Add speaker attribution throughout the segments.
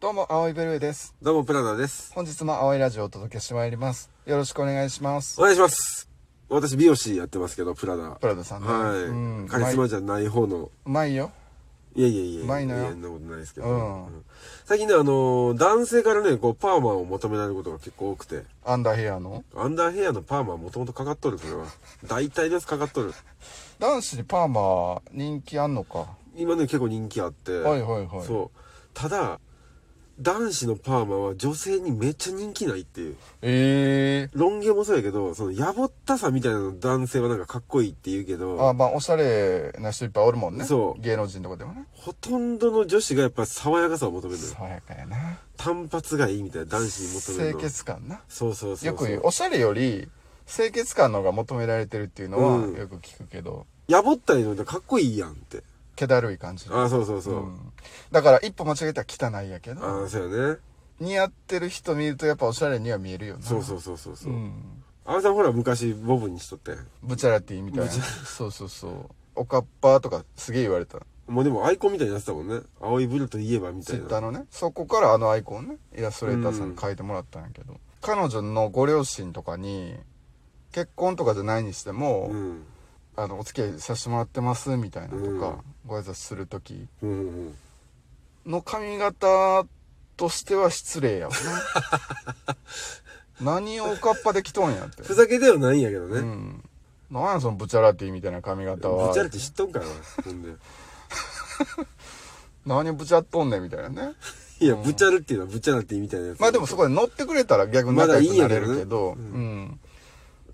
Speaker 1: どうも、青いブルーです。
Speaker 2: どうも、プラダです。
Speaker 1: 本日も青いラジオをお届けしてまいります。よろしくお願いします。
Speaker 2: お願いします。私、美容師やってますけど、プラダ。
Speaker 1: プラダさんね
Speaker 2: はい、
Speaker 1: うん
Speaker 2: カリスマじゃない方の。
Speaker 1: うまいよ。
Speaker 2: いやいやいや
Speaker 1: うまいのよ
Speaker 2: やそんなことないですけど。
Speaker 1: うん
Speaker 2: うん最近ね、あのー男性からね、こう、パーマを求められることが結構多くて、
Speaker 1: アンダーヘアの。
Speaker 2: アンダーヘアのパーマはもともとかかっとる、こ れは。大体です、かかっとる。
Speaker 1: 男子にパーマ人気あんのか。
Speaker 2: 今ね、結構人気あって。
Speaker 1: はいはいはい。う。
Speaker 2: そう。ただ、男子のパーマは女性にめっちゃ人気ないっていう。
Speaker 1: え
Speaker 2: ロン毛もそうやけど、その、やぼったさみたいなの男性はなんかかっこいいって言うけど。
Speaker 1: ー。あ、まあ、おしゃれな人いっぱいおるもんね。
Speaker 2: そう
Speaker 1: 芸能人とかでもね。
Speaker 2: ほとんどの女子がやっぱ爽やかさを求めるのよ
Speaker 1: 爽やかやな。
Speaker 2: 単発がいいみたいな男子に求める
Speaker 1: 清
Speaker 2: の
Speaker 1: 潔感な。
Speaker 2: そうそうそうそう
Speaker 1: よく言う。おしゃれより、清潔感の方が求められてるっていうのは
Speaker 2: うん
Speaker 1: よく聞くけど、
Speaker 2: やぼったいのってかっこいいやんって
Speaker 1: 気だるい感じの。
Speaker 2: ああそうそうそう、
Speaker 1: うんだから一歩間違えたら汚いやけど。
Speaker 2: ああそうやね
Speaker 1: 似合ってる人見るとやっぱおしゃれには見えるよな
Speaker 2: そうそうそうそうそう、
Speaker 1: ん
Speaker 2: あんさんほら昔ボブにしとったやん
Speaker 1: ブチャラティみたいなそうそうそうおかっぱとかすげえ言われた
Speaker 2: もうでもアイコンみたいになってたもんね青いブルといえばみた
Speaker 1: ツイ
Speaker 2: い
Speaker 1: ッター
Speaker 2: な
Speaker 1: のねそこからあのアイコンねイラストレーターさんに書いてもらったんやけど、彼女のご両親とかに結婚とかじゃないにしても、
Speaker 2: うん
Speaker 1: あのお付き合いさせてもらってますみたいなとか、
Speaker 2: うん
Speaker 1: ご挨拶する時
Speaker 2: うんうんうん
Speaker 1: の髪型としては失礼やわ な何をおかっぱできとんやって
Speaker 2: ふざけではないんやけどね、
Speaker 1: うん。なんやそのブチャラティみたいな髪型は。
Speaker 2: ぶっちゃれて知っとんからほんで
Speaker 1: 何ブチャっとんねんみたいなね。
Speaker 2: いやぶっちゃるっていうのはぶっちゃなっていいみたいなやつ
Speaker 1: まあでもそこで乗ってくれたら逆に仲良くなれるけど、
Speaker 2: まだいいんやけどね
Speaker 1: うん。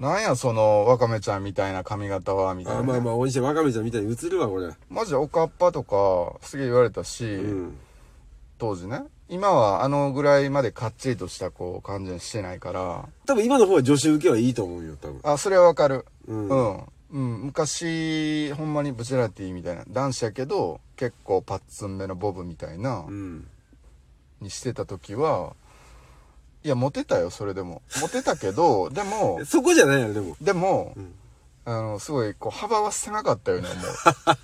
Speaker 1: なんやそのワカメちゃんみたいな髪型は、みたい
Speaker 2: あ
Speaker 1: な
Speaker 2: ー
Speaker 1: ね、
Speaker 2: まあまあおいしいわかめちゃんみたいに映るわこれ
Speaker 1: マジでおかっぱとかすげえ言われたし、
Speaker 2: うん
Speaker 1: 当時ね。今はあのぐらいまでかっちりとしたこう感じにしてないから、
Speaker 2: 多分今の方が女子受けはいいと思うよ多分
Speaker 1: あ、それはわかる。
Speaker 2: うん
Speaker 1: うん。うん、昔、ほんまにブチャラティみたいな、男子やけど、結構パッツン目のボブみたいな、
Speaker 2: うん
Speaker 1: にしてた時はいやモテたよそれでもモテたけど でも
Speaker 2: そこじゃないやろでも
Speaker 1: でも、
Speaker 2: ん
Speaker 1: あのすごいこう幅は狭かったよねも う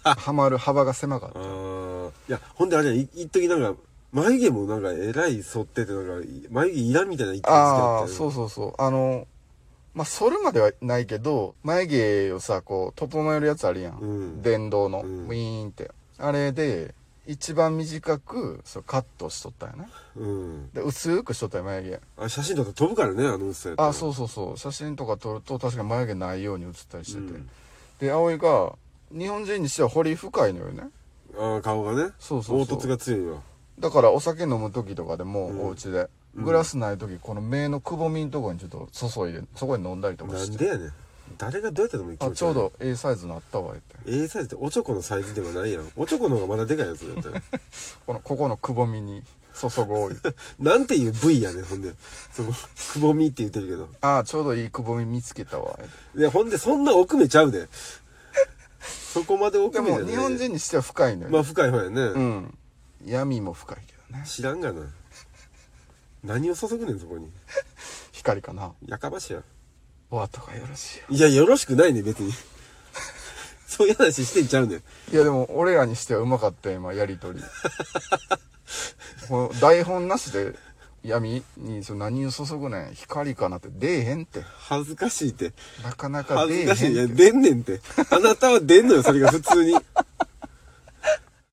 Speaker 1: はまる幅が狭かっ
Speaker 2: あ
Speaker 1: た
Speaker 2: ーいやほんであれやい一時なんか眉毛もなんかえらい剃っててなんかい眉毛いらんみたいな言って
Speaker 1: ああ
Speaker 2: た
Speaker 1: ー
Speaker 2: すけ
Speaker 1: そ
Speaker 2: ど
Speaker 1: うそうそうあのまあ剃るまではないけど眉毛をさこう整えるやつあるやん、
Speaker 2: うん
Speaker 1: 電動の、
Speaker 2: うん
Speaker 1: ウィーンってあれで一番短くそうカットしとったよね
Speaker 2: うん
Speaker 1: で薄くしとったよ眉毛
Speaker 2: あ写真とか飛ぶからねあの薄さやったら
Speaker 1: あそうそうそう写真とか撮ると確かに眉毛ないように写ったりしてて、
Speaker 2: うん
Speaker 1: で葵が日本人にしては掘り深いのよね
Speaker 2: あー顔がね
Speaker 1: そうそうそう
Speaker 2: 凹凸が強いわ
Speaker 1: だからお酒飲む時とかでも、
Speaker 2: うん
Speaker 1: お家でグラスない時この目のくぼみんとこにちょっと注いでそこに飲んだりとか
Speaker 2: な
Speaker 1: し
Speaker 2: ん
Speaker 1: て
Speaker 2: でやねん誰がどうやってでもいい
Speaker 1: あちょうど A サイズのあったわって
Speaker 2: A サイズっておちょこのサイズではないやんおちょこの方がまだでかいやつだったよ
Speaker 1: このここのくぼみに注ごう言うて
Speaker 2: なんていう部位やねんほんでそのくぼみって言ってるけど
Speaker 1: あちょうどいいくぼみ見つけたわ言うて
Speaker 2: いやほんでそんな奥目ちゃうでそこまで奥
Speaker 1: で
Speaker 2: 目じゃ
Speaker 1: も
Speaker 2: ない
Speaker 1: 日本人にしては深いのよ、
Speaker 2: まあ深い方やね、
Speaker 1: うん闇も深いけどね
Speaker 2: 知らんがな何を注ぐねんそこに
Speaker 1: 光かな
Speaker 2: やかましや
Speaker 1: お後がよろしいよ
Speaker 2: いやよろしくないね別に そういう話してんちゃうねん
Speaker 1: いやでも俺らにしてはうまかったよ今やりと りこの台本なしで闇にその何を注ぐねん光かなって出えへんって
Speaker 2: 恥ずかしいって
Speaker 1: なかなか
Speaker 2: 恥
Speaker 1: 出えへ
Speaker 2: ず
Speaker 1: ん
Speaker 2: か
Speaker 1: って
Speaker 2: しいいや出んねんってあなたは出んのよそれが普通に